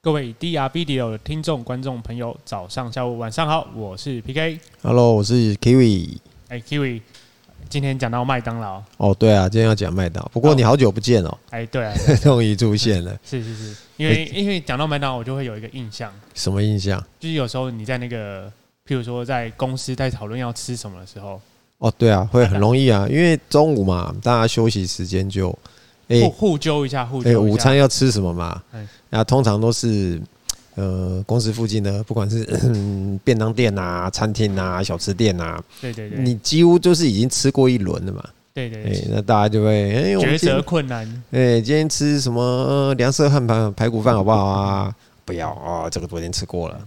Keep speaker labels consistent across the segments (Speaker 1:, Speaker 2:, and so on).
Speaker 1: 各位 DRBDO 的听众、观众朋友，早上、下午、晚上好，我是 PK，
Speaker 2: Hello，我是 Kiwi。
Speaker 1: 哎、Kiwi，今天讲到麦当劳，
Speaker 2: 哦，对啊，今天要讲麦当劳，不过你好久不见哦，
Speaker 1: 哎、对啊，
Speaker 2: 终于出现了，
Speaker 1: 是是是，因为因为讲到麦当劳，我就会有一个印象，
Speaker 2: 什么印象？
Speaker 1: 就是有时候你在那个，譬如说在公司在讨论要吃什么的时候，
Speaker 2: 哦，对啊，会很容易啊，因为中午嘛，大家休息时间就，哎、
Speaker 1: 互互揪一下，互
Speaker 2: 哎、
Speaker 1: 哦揪一下，
Speaker 2: 午餐要吃什么嘛
Speaker 1: 哎？
Speaker 2: 那、通常都是呃，公司附近的，不管是 嗯便当店啊、餐厅啊、小吃店啊，
Speaker 1: 对对对，
Speaker 2: 你几乎就是已经吃过一轮了嘛。
Speaker 1: 对
Speaker 2: 哎、
Speaker 1: 对对，
Speaker 2: 那大家就会哎、我们
Speaker 1: 抉
Speaker 2: 今
Speaker 1: 择困难，
Speaker 2: 哎、今天吃什么呃凉色汉排排骨饭好不好啊？不要哦，这个昨天吃过了。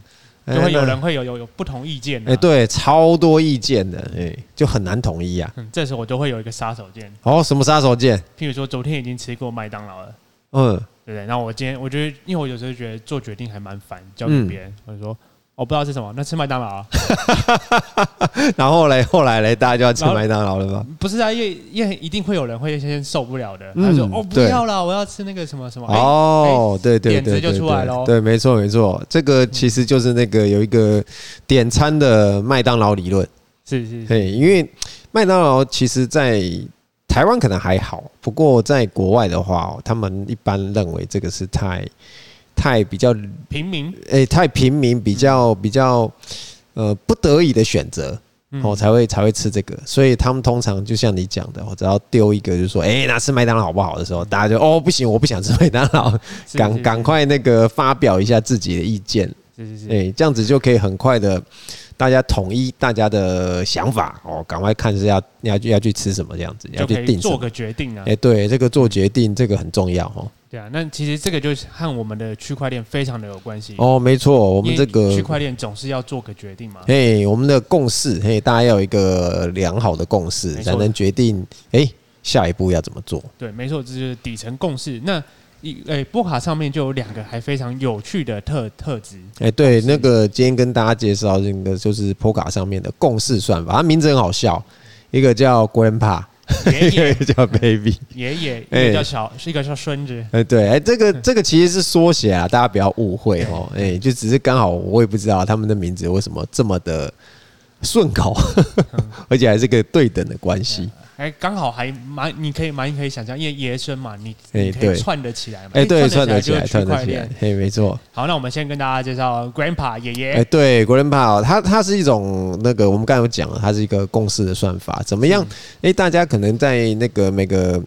Speaker 1: 就会有
Speaker 2: 那
Speaker 1: 人会有有有不同意见、啊，
Speaker 2: 哎、，对，超多意见的，哎、就很难统一啊。
Speaker 1: 嗯，这时候我就会有一个杀手锏，
Speaker 2: 哦，什么杀手锏？
Speaker 1: 譬如说昨天已经吃过麦当劳了。
Speaker 2: 嗯，
Speaker 1: 对不对？然后我今天我觉得，因为我有时候觉得做决定还蛮烦，交
Speaker 2: 嗯
Speaker 1: 给别人，我就说我、哦不知道是什么，那吃麦当劳啊、
Speaker 2: 然后嘞，后来嘞，大家就要吃
Speaker 1: 然后
Speaker 2: 麦当劳了吧？
Speaker 1: 不是啊，因为因为一定会有人会先受不了的，
Speaker 2: 嗯
Speaker 1: 他就说哦不
Speaker 2: 对
Speaker 1: 要啦，我要吃那个什么什么，哎、
Speaker 2: 哦，对对
Speaker 1: 点子
Speaker 2: 对
Speaker 1: 就
Speaker 2: 对
Speaker 1: 出来
Speaker 2: 对
Speaker 1: 咯，
Speaker 2: 对，没错没错，这个其实就是那个有一个点餐的麦当劳理论，
Speaker 1: 是是是，
Speaker 2: 嘿，因为麦当劳其实在台湾可能还好，不过在国外的话、哦，他们一般认为这个是太太比较
Speaker 1: 平民
Speaker 2: 诶、太平民比较比较呃不得已的选择，
Speaker 1: 嗯
Speaker 2: 哦，才会才会吃这个，所以他们通常就像你讲的，哦我只要丢一个就说，哎、那吃麦当劳好不好的时候，大家就哦不行，我不想吃麦当劳，
Speaker 1: 是是
Speaker 2: 赶
Speaker 1: 是
Speaker 2: 赶快那个发表一下自己的意见，
Speaker 1: 是是是，
Speaker 2: 哎、这样子就可以很快的大家统一大家的想法哦，赶快看是要要去要去吃什么这样子，要
Speaker 1: 就可
Speaker 2: 去
Speaker 1: 以
Speaker 2: 定什
Speaker 1: 做
Speaker 2: 么，
Speaker 1: 个决定啊
Speaker 2: 哎、，对，这个做决定这个很重要哦，
Speaker 1: 对啊，那其实这个就是和我们的区块链非常的有关系。
Speaker 2: 哦，没错，我
Speaker 1: 我
Speaker 2: 们这个
Speaker 1: 嗯区块链总是要做个决定嘛，
Speaker 2: 嘿，我们的共识，嘿，大家要有一个良好的共识，
Speaker 1: 没错
Speaker 2: 才能决定，哎、下一步要怎么做。
Speaker 1: 对，没错，这就是底层共识。那一诶，波卡上面就有两个还非常有趣的特特质，
Speaker 2: 哎、对，那个今天跟大家介绍这个就是 Poga 上面的共识算法，它名字很好笑，一个叫 Grandpa，
Speaker 1: 爷
Speaker 2: 一个
Speaker 1: 爷
Speaker 2: 叫 Baby。
Speaker 1: 爷爷，一
Speaker 2: 哎
Speaker 1: 个叫小，是一个叫孙子，
Speaker 2: 哎、对，哎、这个这个其实是缩写啊，大家不要误会哦。哎、就只是刚好我也不知道他们的名字为什么这么的顺口， 而且还是个对等的关系。
Speaker 1: 哎，刚好还蛮，你可以蛮可以想象，因为爷孙嘛，你
Speaker 2: 哎
Speaker 1: 你可以
Speaker 2: 对
Speaker 1: 串得起来嘛，
Speaker 2: 哎、
Speaker 1: 一
Speaker 2: 对，
Speaker 1: 串
Speaker 2: 串得起
Speaker 1: 就
Speaker 2: 来，
Speaker 1: 是区
Speaker 2: 串
Speaker 1: 块
Speaker 2: 得起来
Speaker 1: 链。，
Speaker 2: 嘿，没错。
Speaker 1: 好，那我们先跟大家介绍 grandpa 爷
Speaker 2: 哎、
Speaker 1: 爷，
Speaker 2: 对，Grandpa 哦它它是一种那个我们刚才有讲了，它是一个共识的算法，怎么样？哎、大家可能在那个每个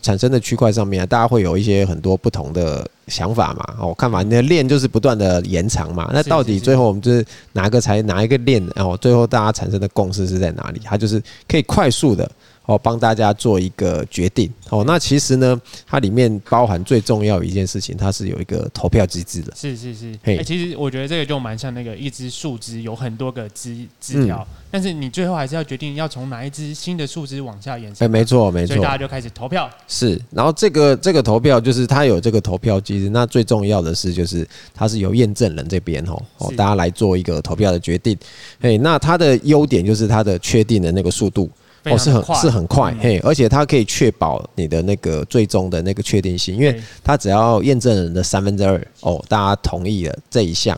Speaker 2: 产生的区块上面啊，大家会有一些很多不同的想法嘛，哦，看法。你的链就是不断的延长嘛，那
Speaker 1: 是
Speaker 2: 到
Speaker 1: 是
Speaker 2: 底
Speaker 1: 是
Speaker 2: 最后我们就是哪个才哪一个链哦？最后大家产生的共识是在哪里？它就是可以快速的。哦，帮大家做一个决定哦。那其实呢，它里面包含最重要的一件事情，它是有一个投票机制的。
Speaker 1: 是是是，
Speaker 2: 嘿
Speaker 1: 哎，其实我觉得这个就蛮像那个一只树枝有很多个枝枝条，
Speaker 2: 嗯
Speaker 1: 但是你最后还是要决定要从哪一只新的树枝往下延
Speaker 2: 哎、
Speaker 1: 伸，
Speaker 2: 没错，没
Speaker 1: 所
Speaker 2: 错。
Speaker 1: 以
Speaker 2: 哦
Speaker 1: 大家就开始投票，
Speaker 2: 是，然后这个这个投票就是它有这个投票机制，那最重要的是就是它是由验证人这边吼哦
Speaker 1: 是
Speaker 2: 大家来做一个投票的决定，嘿，那它的优点就是它的确定的那个速度
Speaker 1: 非
Speaker 2: 哦是
Speaker 1: 常的
Speaker 2: 很
Speaker 1: 快，
Speaker 2: 是很快，
Speaker 1: 嗯
Speaker 2: 嘿，而且它可以确保你的那个最终的那个确定性，因为
Speaker 1: 对
Speaker 2: 它只要验证人的三分之二哦大家同意了这一项，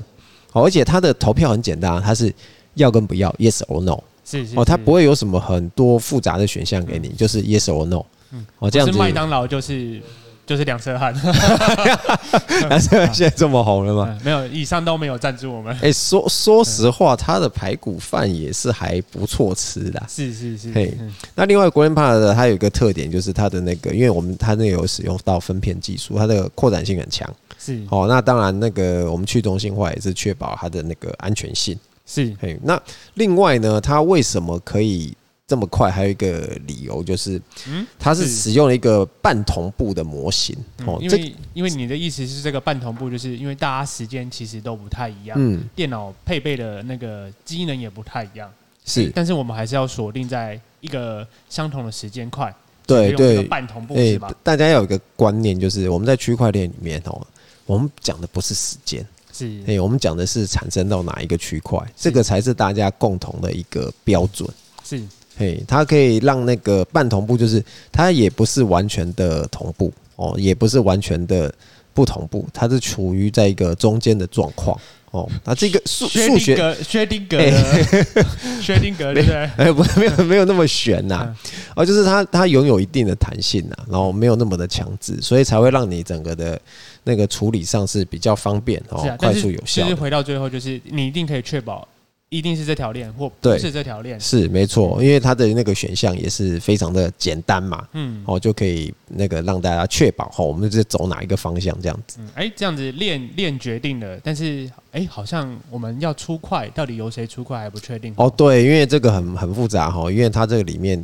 Speaker 2: 哦，而且它的投票很简单啊，它是要跟不要，yes or no。
Speaker 1: 是是
Speaker 2: 哦，它
Speaker 1: 是
Speaker 2: 不会有什么很多复杂的选项给你，就是 yes or no。
Speaker 1: 嗯
Speaker 2: 哦，这样
Speaker 1: 不
Speaker 2: 子
Speaker 1: 是麦当劳就是就是两车 汉，
Speaker 2: 但是现在这么红了吗？
Speaker 1: 嗯没有以上都没有赞助我们，
Speaker 2: 哎、说说实话，他的排骨饭也是还不错吃的。
Speaker 1: 是是是，
Speaker 2: 嘿
Speaker 1: 嗯
Speaker 2: 那另外 Grandpa 的它有一个特点，就是它的那个，因为我们它那个有使用到分片技术，它的扩展性很强。
Speaker 1: 是
Speaker 2: 哦，那当然那个我们去中心化也是确保它的那个安全性。
Speaker 1: 是
Speaker 2: 嘿，那另外呢，它为什么可以这么快？还有一个理由就是，
Speaker 1: 嗯
Speaker 2: 它是
Speaker 1: 是
Speaker 2: 使用了一个半同步的模型。
Speaker 1: 嗯
Speaker 2: 哦，
Speaker 1: 因为因为你的意思是这个半同步，就是因为大家时间其实都不太一样，
Speaker 2: 嗯
Speaker 1: 电脑配备的那个机能也不太一样，
Speaker 2: 是
Speaker 1: 但是我们还是要锁定在一个相同的时间块，
Speaker 2: 对
Speaker 1: 用这个
Speaker 2: 对
Speaker 1: 半同步
Speaker 2: 哎，
Speaker 1: 是吧？
Speaker 2: 大家要有一个观念，就是我们在区块链里面哦，我们讲的不是时间，
Speaker 1: 是
Speaker 2: 哎、我们讲的是产生到哪一个区块，
Speaker 1: 嗯
Speaker 2: 这个才是大家共同的一个标准。
Speaker 1: 是
Speaker 2: 嘿，它可以让那个半同步，就是它也不是完全的同步哦，也不是完全的不同步，它是处于在一个中间的状况哦。那这个数数学
Speaker 1: 格薛定格的 薛定格对不对？
Speaker 2: 哎，不，没 有没有那么悬呐、
Speaker 1: 嗯
Speaker 2: 哦，就是它它拥有一定的弹性呐、然后没有那么的强制，所以才会让你整个的那个处理上是比较方便哦
Speaker 1: 是啊，，但
Speaker 2: 快
Speaker 1: 是
Speaker 2: 速有效
Speaker 1: 就是
Speaker 2: 的。
Speaker 1: 回到最后，就是你一定可以确保，一定是这条链或不
Speaker 2: 对
Speaker 1: 是这条链。
Speaker 2: 是没错，因为它的那个选项也是非常的简单嘛，
Speaker 1: 嗯
Speaker 2: 哦，就可以那个让大家确保哦，我们是走哪一个方向这样子。
Speaker 1: 嗯，哎、这样子链链决定了，但是哎、好像我们要出块，到底由谁出块还不确定。
Speaker 2: 哦，对，因为这个很很复杂哈，因为它这个里面，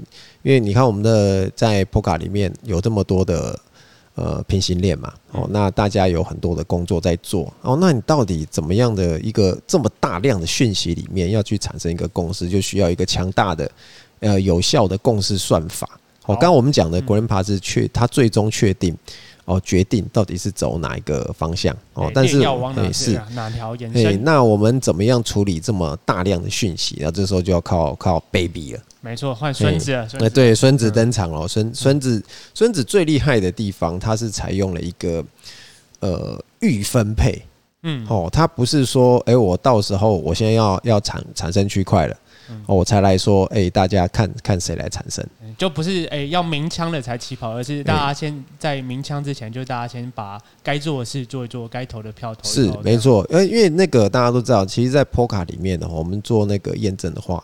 Speaker 2: 因为你看我们的在 p o k a 里面有这么多的呃平行链嘛，
Speaker 1: 嗯
Speaker 2: 哦，那大家有很多的工作在做，哦，那你到底怎么样的一个这么大量的讯息里面要去产生一个共识，就需要一个强大的呃有效的共识算法。
Speaker 1: 好
Speaker 2: 哦，刚刚我们讲的
Speaker 1: 嗯
Speaker 2: Grandpa 是确，它最终确定哦，决定到底是走哪一个方向哦
Speaker 1: 哎，
Speaker 2: 但是
Speaker 1: 链要往哪
Speaker 2: 哎
Speaker 1: 去
Speaker 2: 是
Speaker 1: 啊、哪条延
Speaker 2: 哎、
Speaker 1: 伸？
Speaker 2: 那我们怎么样处理这么大量的讯息？那这时候就要靠靠 baby 了。
Speaker 1: 没错，换孙子了。孙
Speaker 2: 哎、
Speaker 1: 子嗯
Speaker 2: 对，孙子登场了。孙孙子孙子最厉害的地方，他是采用了一个呃预分配
Speaker 1: 嗯，
Speaker 2: 哦，他不是说哎、我到时候我现在要要产产生区块了
Speaker 1: 嗯。
Speaker 2: 哦，我才来说，哎、大家看看谁来产生，
Speaker 1: 就不是哎、要鸣枪了才起跑，而是大家先在鸣枪之前，就大家先把该做的事做一做，该投的票投一
Speaker 2: 是
Speaker 1: 投
Speaker 2: 没。错。呃，因为那个大家都知道，其实，在 Poca 里面哦呢，我们做那个验证的话，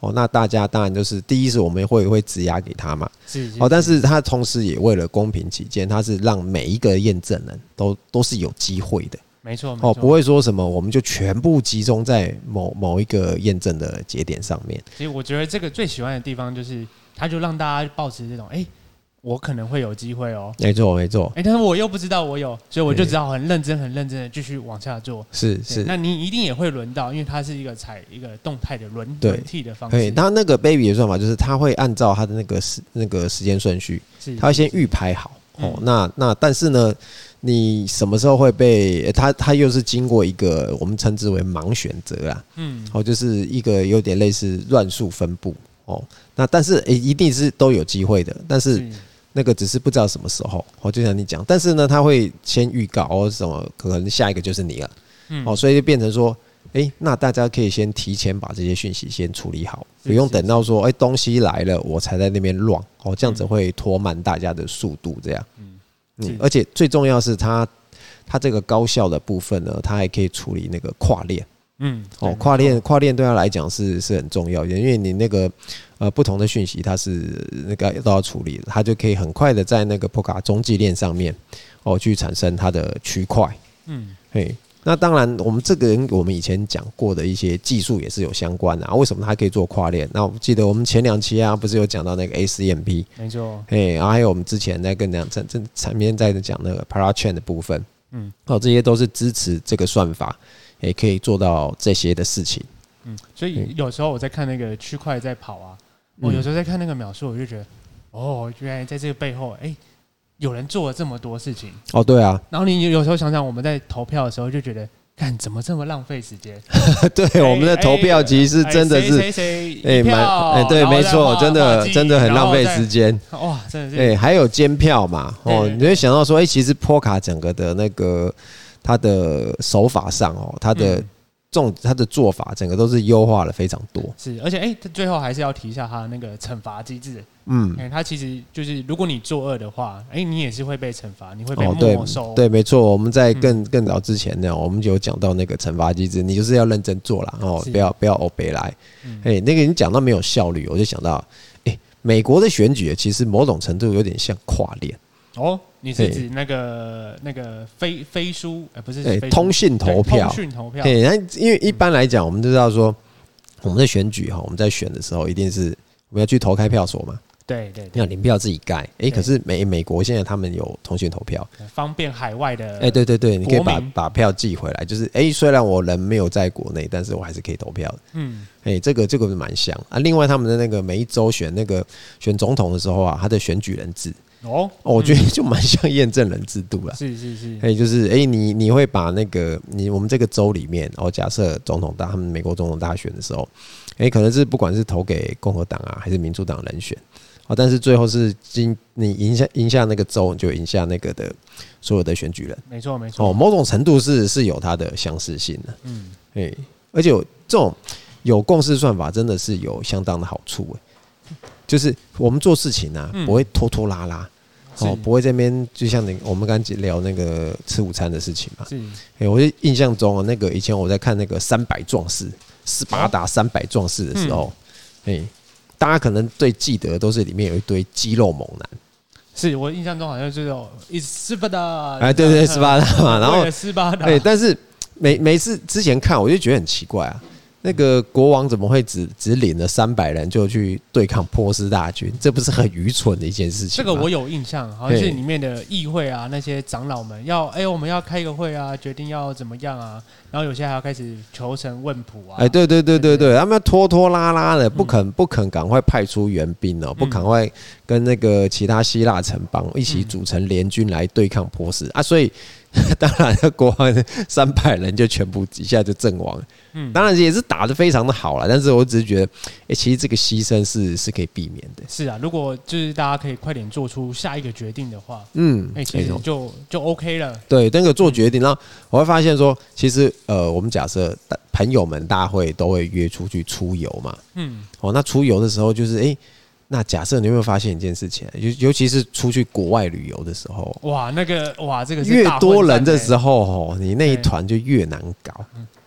Speaker 2: 哦，那大家当然就是第一是我们会会质押给他嘛，
Speaker 1: 这样是
Speaker 2: 哦，但是他同时也为了公平起见，他是让每一个验证人都都是有机会的
Speaker 1: 没错，没错
Speaker 2: 哦，不。会说什么我们就全部集中在某某一个验证的节点上面。
Speaker 1: 其实我觉得这个最喜欢的地方就是，他就让大家保持这种，哎、我可能会有机会哦，
Speaker 2: 没错，没错
Speaker 1: 哎、，但是我又不知道我有，所以我就
Speaker 2: 对
Speaker 1: 只好很认真、很认真的继续往下做。
Speaker 2: 是
Speaker 1: 对
Speaker 2: 是。
Speaker 1: 那你一定也会轮到，因为它是一个采一个动态的轮
Speaker 2: 对
Speaker 1: 轮替的方
Speaker 2: 对，
Speaker 1: 式。
Speaker 2: 他那个 baby 的算法就是他会按照他的那个时那个时间顺序，
Speaker 1: 是
Speaker 2: 他会先预排好哦。
Speaker 1: 嗯
Speaker 2: 那那但是呢，你什么时候会被呃他他又是经过一个我们称之为盲选择啊，
Speaker 1: 嗯，
Speaker 2: 哦，就是一个有点类似乱数分布哦。那但是诶、一定是都有机会的，但是那个只是不知道什么时候。哦，就像你讲，但是呢，他会先预告哦，什么可能下一个就是你了
Speaker 1: 嗯
Speaker 2: 哦，所以就变成说。诶，那大家可以先提前把这些讯息先处理好，
Speaker 1: 是
Speaker 2: 不用
Speaker 1: 是
Speaker 2: 等到说诶东西来了我才在那边乱哦，这样子
Speaker 1: 嗯
Speaker 2: 会拖慢大家的速度。这样，
Speaker 1: 嗯是
Speaker 2: 嗯，而且最重要是它它这个高效的部分呢，它还可以处理那个跨链。
Speaker 1: 嗯
Speaker 2: 哦，跨链跨链对他来讲是是很重要的，因为你那个呃不同的讯息，它是那个都要处理的，它就可以很快的在那个 p o k a 中继链上面哦去产生它的区块。
Speaker 1: 嗯
Speaker 2: 嘿，那当然，我们这个人我们以前讲过的一些技术也是有相关的、啊，为什么它可以做跨链？那我记得我们前两期啊，不是有讲到那个 ACMP，
Speaker 1: 没错，
Speaker 2: 嘿，然后还有我们之前在跟讲正正前面在讲那个 Parachain 的部分，
Speaker 1: 嗯
Speaker 2: 嗯，哦，这些都是支持这个算法。也可以做到这些的事情。
Speaker 1: 嗯，所以有时候我在看那个区块在跑啊，
Speaker 2: 嗯
Speaker 1: 我有时候在看那个秒数，我就觉得，哦，原来在这个背后，哎、有人做了这么多事情。
Speaker 2: 哦，对 啊，
Speaker 1: 然后你有时候想想，我们在投票的时候就觉得，看怎么这么浪费时间？
Speaker 2: 对， 我们的投票其实真的是，
Speaker 1: 哎谁谁谁
Speaker 2: 哎，
Speaker 1: 一票
Speaker 2: 蛮，哎，对，
Speaker 1: 然后
Speaker 2: 没
Speaker 1: 再
Speaker 2: 错，
Speaker 1: 画
Speaker 2: 真
Speaker 1: 画
Speaker 2: 的
Speaker 1: 技
Speaker 2: 真的很浪费
Speaker 1: 然后
Speaker 2: 时间。
Speaker 1: 再哇，真的是
Speaker 2: 哎，还有监票嘛，哦，
Speaker 1: 对对
Speaker 2: 你会想到说，哎，其实 p o 卡整个的那个它的手法上哦，它的
Speaker 1: 嗯
Speaker 2: 重它的做法整个都是优化了非常多。
Speaker 1: 是，而且哎、他最后还是要提一下他那个惩罚机制。
Speaker 2: 嗯，
Speaker 1: 哎、他其实就是如果你作恶的话，哎、你也是会被惩罚，你会被
Speaker 2: 哦，对
Speaker 1: 没收。嗯
Speaker 2: 对，没错，我们在更更早之前呢，我们就有讲到那个惩罚机制，你就是要认真做啦，哦
Speaker 1: 是，
Speaker 2: 不要不要欧北来
Speaker 1: 嗯。
Speaker 2: 哎，那个你讲到没有效率，我就想到，哎，美国的选举其实某种程度有点像跨链。
Speaker 1: 哦，你是
Speaker 2: 哎
Speaker 1: 指那个那个飞飞书，哎、不是
Speaker 2: 哎
Speaker 1: 飞，书
Speaker 2: 通讯投
Speaker 1: 对
Speaker 2: 票
Speaker 1: 通，讯投票。
Speaker 2: 对，那因为一般来讲，我们都知道说，我们在选举哈，我们在选的时候一定是我们要去投开票所嘛，
Speaker 1: 对对对，
Speaker 2: 要领票自己盖。
Speaker 1: 对
Speaker 2: 诶，可是美美国现在他们有通讯投票，
Speaker 1: 方便海外的。
Speaker 2: 诶，哎对对对，你可以
Speaker 1: 国
Speaker 2: 把
Speaker 1: 民
Speaker 2: 把票寄回来，就是诶，虽然我人没有在国内，但是我还是可以投票的。
Speaker 1: 嗯，
Speaker 2: 诶，这个这个蛮像啊。另外，他们的那个每一周选那个选总统的时候啊，他的选举人制，
Speaker 1: 哦，
Speaker 2: 哦，我觉得就蛮像验证人制度了。
Speaker 1: 是是是，
Speaker 2: 哎、就是哎、你你会把那个你我们这个州里面，哦，假设总统大他们美国总统大选的时候，哎、可能是不管是投给共和党啊，还是民主党人选，好，但是最后是经你赢下赢下那个州，你就赢下那个的所有的选举人。
Speaker 1: 没错没错。
Speaker 2: 哦，某种程度是是有它的相似性的，
Speaker 1: 嗯，
Speaker 2: 哎，而且有这种有共识算法真的是有相当的好处、哎，就是我们做事情啊，
Speaker 1: 嗯
Speaker 2: 不会拖拖拉拉，哦
Speaker 1: 是，
Speaker 2: 不会这边就像你我们刚才聊那个吃午餐的事情嘛，
Speaker 1: 是
Speaker 2: 哎、我就印象中啊，那个以前我在看那个《三百壮士》斯巴达三百壮士的时候，
Speaker 1: 嗯
Speaker 2: 哎、大家可能最记得都是里面有一堆肌肉猛男，
Speaker 1: 是，我印象中好像就是有一斯巴达，
Speaker 2: 哎，对 对，斯巴达嘛，然后
Speaker 1: 斯巴达，
Speaker 2: 哎、但是每每次之前看，我就觉得很奇怪啊，那个国王怎么会只只领了三百人就去对抗波斯大军？这不是很愚蠢的一件事 情
Speaker 1: 这
Speaker 2: 吗？
Speaker 1: 个我有印象，好像是
Speaker 2: 嘿
Speaker 1: 里面的议会啊，那些长老们要，哎、我们要开个会啊，决定要怎么样啊，然后有些还要开始求神问卜啊，
Speaker 2: 哎，对对对对
Speaker 1: 对嗯
Speaker 2: 对，他们拖拖拉拉的，不肯不肯赶快派出援兵哦，不赶快跟那个其他希腊城邦一
Speaker 1: 嗯
Speaker 2: 起组成联军来对抗波斯啊，所以 当然国王三百人就全部一下就阵亡了
Speaker 1: 嗯，
Speaker 2: 当然也是打得非常的好了，但是我只是觉得，哎，其实这个牺牲是是可以避免的，
Speaker 1: 是啊，如果就是大家可以快点做出下一个决定的话，
Speaker 2: 嗯
Speaker 1: 哎、，其
Speaker 2: 没
Speaker 1: 实嗯
Speaker 2: 错
Speaker 1: 就就 OK 了，
Speaker 2: 对，那个做决定，然后我会发现说，其实呃，我们假设大朋友们大会都会约出去出游嘛，
Speaker 1: 嗯，
Speaker 2: 哦，那出游的时候就是诶，那假设你有没有发现一件事情啊，尤尤其是出去国外旅游的时候，
Speaker 1: 哇，那个哇，这个是
Speaker 2: 越
Speaker 1: 大混
Speaker 2: 多人
Speaker 1: 战
Speaker 2: 的
Speaker 1: 欸
Speaker 2: 时候，哦，你那一
Speaker 1: 对
Speaker 2: 团就越难搞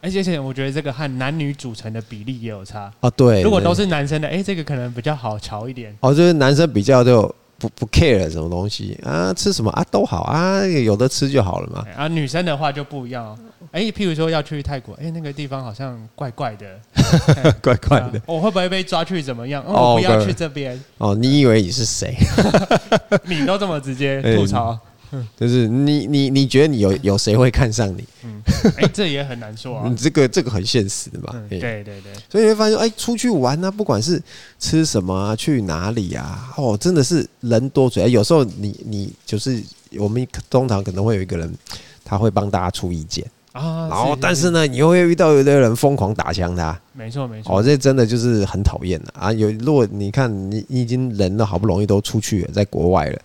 Speaker 1: 而且而且我觉得这个和男女组成的比例也有差，
Speaker 2: 哦。对，
Speaker 1: 如果都
Speaker 2: 对
Speaker 1: 是男生的，哎、这个可能比较好瞧一点，
Speaker 2: 哦，就是男生比较就不不 care 什么东西啊，吃什么啊都好啊，有的吃就好了嘛。
Speaker 1: 哎啊，女生的话就不一样哦。哎、譬如说要去泰国，哎、那个地方好像怪怪的，
Speaker 2: 怪怪
Speaker 1: 啊
Speaker 2: 的
Speaker 1: 我会不会被抓去怎么样？哦，
Speaker 2: 哦
Speaker 1: 我不要
Speaker 2: 对
Speaker 1: 去这边，
Speaker 2: 哦，你以为你是谁？
Speaker 1: 你都这么直接
Speaker 2: 哎
Speaker 1: 吐槽，
Speaker 2: 就是你你你觉得你有有谁会看上你？嗯
Speaker 1: 哎、这也很难说啊
Speaker 2: 你。这个这个很现实的嘛。
Speaker 1: 嗯，
Speaker 2: 嘿
Speaker 1: 对对对，
Speaker 2: 所以你会发现，哎、出去玩呢、啊，不管是吃什么啊，去哪里啊，哦，真的是人多嘴。哎有时候你你就是我们通常可能会有一个人，他会帮大家出意见，
Speaker 1: 啊，
Speaker 2: 然后但嗯是
Speaker 1: 呢，
Speaker 2: 呢，你又会遇到有的人疯狂打枪他，
Speaker 1: 没错没错，
Speaker 2: 哦，这真的就是很讨厌的啊！有如果你看你你已经人了，好不容易都出去了，在国外了，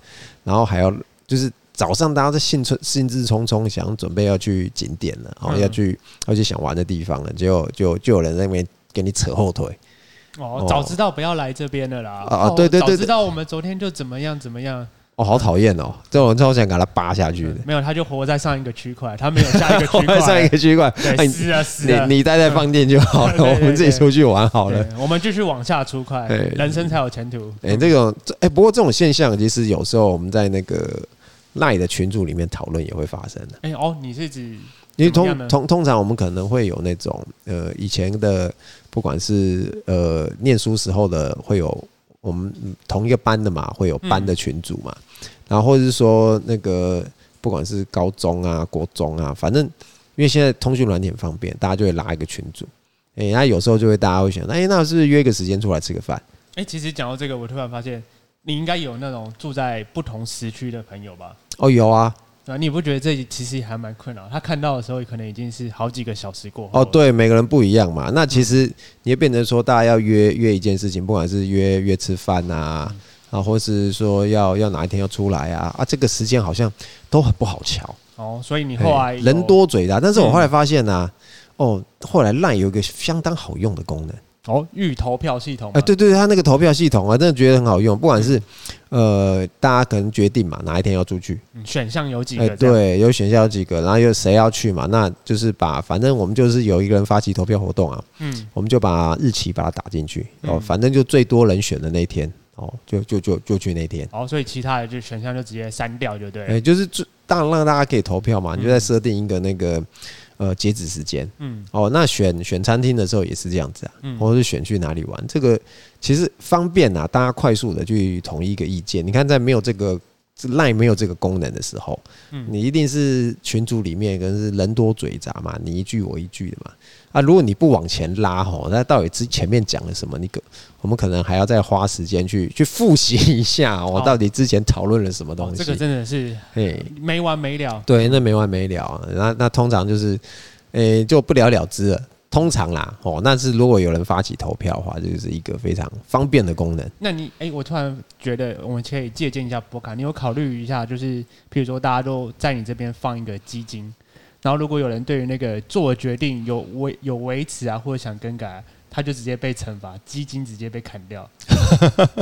Speaker 2: 然后还要就是。早上大家在兴冲兴致冲冲，想准备要去景点了，哦，
Speaker 1: 嗯
Speaker 2: 要去要去想玩的地方了，结果就就有人在那边给你扯后腿，
Speaker 1: 哦
Speaker 2: 哦，
Speaker 1: 早知道不要来这边的啦。
Speaker 2: 啊啊
Speaker 1: 哦
Speaker 2: 对对对对
Speaker 1: 早知道我们昨天就怎么样怎么样，
Speaker 2: 哦，好讨厌哦！这种超想给他扒下去的。
Speaker 1: 没有，他就活在上一个区块，他没有下一个区
Speaker 2: 我
Speaker 1: 块。
Speaker 2: 们上一个区块， 哎
Speaker 1: 对，
Speaker 2: 你
Speaker 1: 是啊是啊。
Speaker 2: 你你待在饭店就好了，
Speaker 1: 对对
Speaker 2: 我们自己
Speaker 1: 对
Speaker 2: 出去玩好了。
Speaker 1: 对，我嗯们继续往下出块，
Speaker 2: 对
Speaker 1: 人生才有前途。
Speaker 2: 哎，这种这哎，不过这种现象其实有时候我们在那个赖的群组里面讨论也会发生的，啊
Speaker 1: 哎哦，你是指
Speaker 2: 因为
Speaker 1: 怎么样
Speaker 2: 通
Speaker 1: 呢
Speaker 2: 通通常我们可能会有那种呃以前的，不管是呃念书时候的会有。我们嗯同一个班的嘛，会有班
Speaker 1: 嗯
Speaker 2: 的群组嘛，然后或者是说那个不管是高中啊、国中啊，反正因为现在通讯软体很方便，大家就会拉一个群组。哎、那有时候就会大家会想，哎、那是不是约一个时间出来吃个饭？
Speaker 1: 哎，其实讲到这个，我突然发现你应该有那种住在不同时区的朋友吧？
Speaker 2: 哦，有啊，
Speaker 1: 对啊，你不觉得这其实还蛮困扰？他看到的时候，可能已经是好几个小时过后
Speaker 2: 哦，
Speaker 1: 了，
Speaker 2: 对，每个人不一样
Speaker 1: 嗯
Speaker 2: 嘛。那其实你也变成说，大家要约约一件事情，不管是约约吃饭啊，
Speaker 1: 嗯
Speaker 2: 啊，或是说要要哪一天要出来啊，啊，这个时间好像都很不好瞧。
Speaker 1: 哦，所以你后嗯来
Speaker 2: 嘿
Speaker 1: 有
Speaker 2: 哎人多嘴杂，但是我后来发现呢、哦，后来赖有一个相当好用的功能。
Speaker 1: 哦，预投票系统
Speaker 2: 啊，
Speaker 1: 嘛
Speaker 2: 对对，他那个投票系统啊，真的觉得很好用。不管是呃，大家可能决定嘛，哪一天要出去，
Speaker 1: 嗯选项有几
Speaker 2: 哎、
Speaker 1: 个？，
Speaker 2: 对，有选项有几个，然后有谁要去嘛，那就是把反正我们就是有一个人发起投票活动啊，
Speaker 1: 嗯，
Speaker 2: 我们就把日期把它打进去哦，
Speaker 1: 嗯
Speaker 2: 反正就最多人选的那一天哦，就就就就去那天，
Speaker 1: 哦，所以其他的就选项就直接删掉，就对
Speaker 2: 哎、
Speaker 1: 了。
Speaker 2: 就是最当然让大家可以投票嘛，你就在
Speaker 1: 嗯
Speaker 2: 设定一个那个呃截止时间
Speaker 1: 嗯
Speaker 2: 哦，那选选餐厅的时候也是这样子啊，
Speaker 1: 嗯，
Speaker 2: 或者是选去哪里玩，这个其实方便啊，大家快速的去统一一个意见。你看，在没有这个赖没有这个功能的时候，
Speaker 1: 嗯
Speaker 2: 你一定是群组里面可能是人多嘴杂嘛，你一句我一句的嘛。啊，如果你不往前拉吼，那到底之前面讲了什么？你可我们可能还要再花时间去去复习一下哦，
Speaker 1: 哦
Speaker 2: 到底之前讨论了什么
Speaker 1: 哦
Speaker 2: 东西？
Speaker 1: 这个真的是
Speaker 2: 嘿，
Speaker 1: 没完没了。
Speaker 2: 对，那没完没了啊。那那通常就是，诶、就不了了之了。通常啦，哦，那是如果有人发起投票的话，这就是一个非常方便的功能。
Speaker 1: 那你哎、我突然觉得我们可以借鉴一下博卡，你有考虑一下，就是譬如说大家都在你这边放一个基金，然后如果有人对于那个做决定有维有维持啊，或者想更改啊、他就直接被惩罚，基金直接被砍 掉。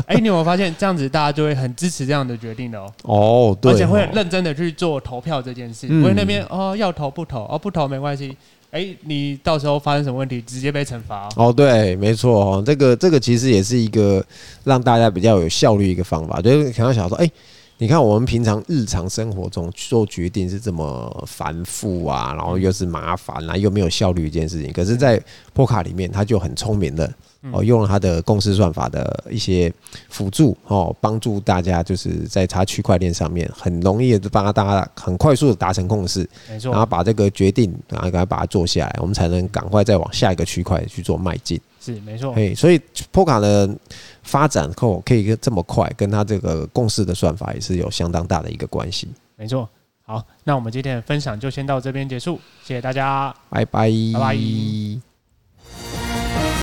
Speaker 1: 哎、你有没有发现这样子大家就会很支持这样的决定的哦，
Speaker 2: 哦，对
Speaker 1: 而
Speaker 2: 哦，
Speaker 1: 且会认真的去做投票这件事，
Speaker 2: 嗯
Speaker 1: 不会那边哦要投不投哦不投没关系，哎、你到时候发生什么问题直接被惩罚、哦。
Speaker 2: 哦，对，没错哦，这个这个其实也是一个让大家比较有效率一个方法，就是可能想说，哎、你看我们平常日常生活中做决定是这么繁复啊，然后又是麻烦啊，又没有效率一件事情，可是，在波卡里面，它就很聪明的哦，用了它的共识算法的一些辅助哦，帮助大家就是在它区块链上面很容易的帮大家很快速的达成共识，
Speaker 1: 没
Speaker 2: 然后
Speaker 1: 错，
Speaker 2: 把这个决定，然后赶快把它做下来，我们才能赶快再往下一个区块去做迈进。
Speaker 1: 是没错。
Speaker 2: 嘿，所以 Poca 的发展后可以这么快，跟它这个共识的算法也是有相当大的一个关系。
Speaker 1: 没错。好，那我们今天的分享就先到这边结束，谢谢大家。
Speaker 2: 嗯拜拜，
Speaker 1: 拜拜